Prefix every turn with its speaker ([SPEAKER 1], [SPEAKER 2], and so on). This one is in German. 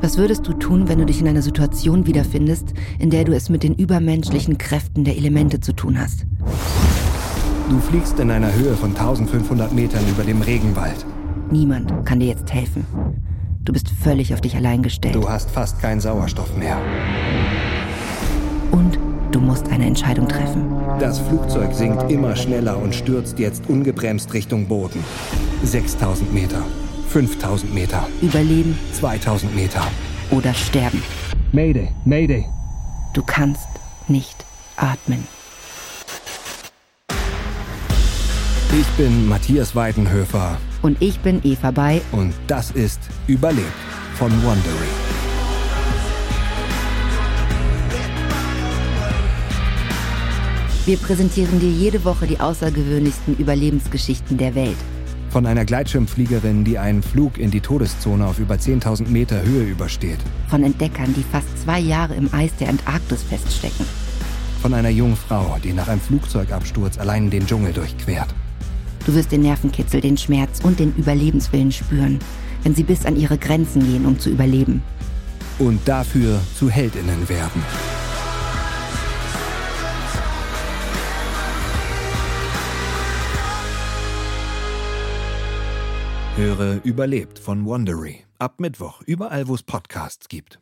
[SPEAKER 1] Was würdest du tun, wenn du dich in einer Situation wiederfindest, in der du es mit den übermenschlichen Kräften der Elemente zu tun hast?
[SPEAKER 2] Du fliegst in einer Höhe von 1500 Metern über dem Regenwald.
[SPEAKER 1] Niemand kann dir jetzt helfen. Du bist völlig auf dich allein gestellt.
[SPEAKER 2] Du hast fast keinen Sauerstoff mehr.
[SPEAKER 1] Und du musst eine Entscheidung treffen.
[SPEAKER 2] Das Flugzeug sinkt immer schneller und stürzt jetzt ungebremst Richtung Boden. 6000 Meter, 5000 Meter,
[SPEAKER 1] Überleben
[SPEAKER 2] 2000 Meter.
[SPEAKER 1] oder sterben.
[SPEAKER 2] Mayday, Mayday.
[SPEAKER 1] Du kannst nicht atmen.
[SPEAKER 2] Ich bin Matthias Weidenhöfer
[SPEAKER 1] Und ich bin Eva bei
[SPEAKER 2] und das ist Überlebt von Wondery.
[SPEAKER 1] Wir präsentieren dir jede Woche die außergewöhnlichsten Überlebensgeschichten der Welt.
[SPEAKER 2] Von einer Gleitschirmfliegerin, die einen Flug in die Todeszone auf über 10.000 Meter Höhe übersteht.
[SPEAKER 1] Von Entdeckern, die fast zwei Jahre im Eis der Antarktis feststecken.
[SPEAKER 2] Von einer jungen Frau, die nach einem Flugzeugabsturz allein den Dschungel durchquert.
[SPEAKER 1] Du wirst den Nervenkitzel, den Schmerz und den Überlebenswillen spüren, wenn sie bis an ihre Grenzen gehen, um zu überleben.
[SPEAKER 2] Und dafür zu Heldinnen werden. Höre Überlebt von Wondery. Ab Mittwoch überall, wo es Podcasts gibt.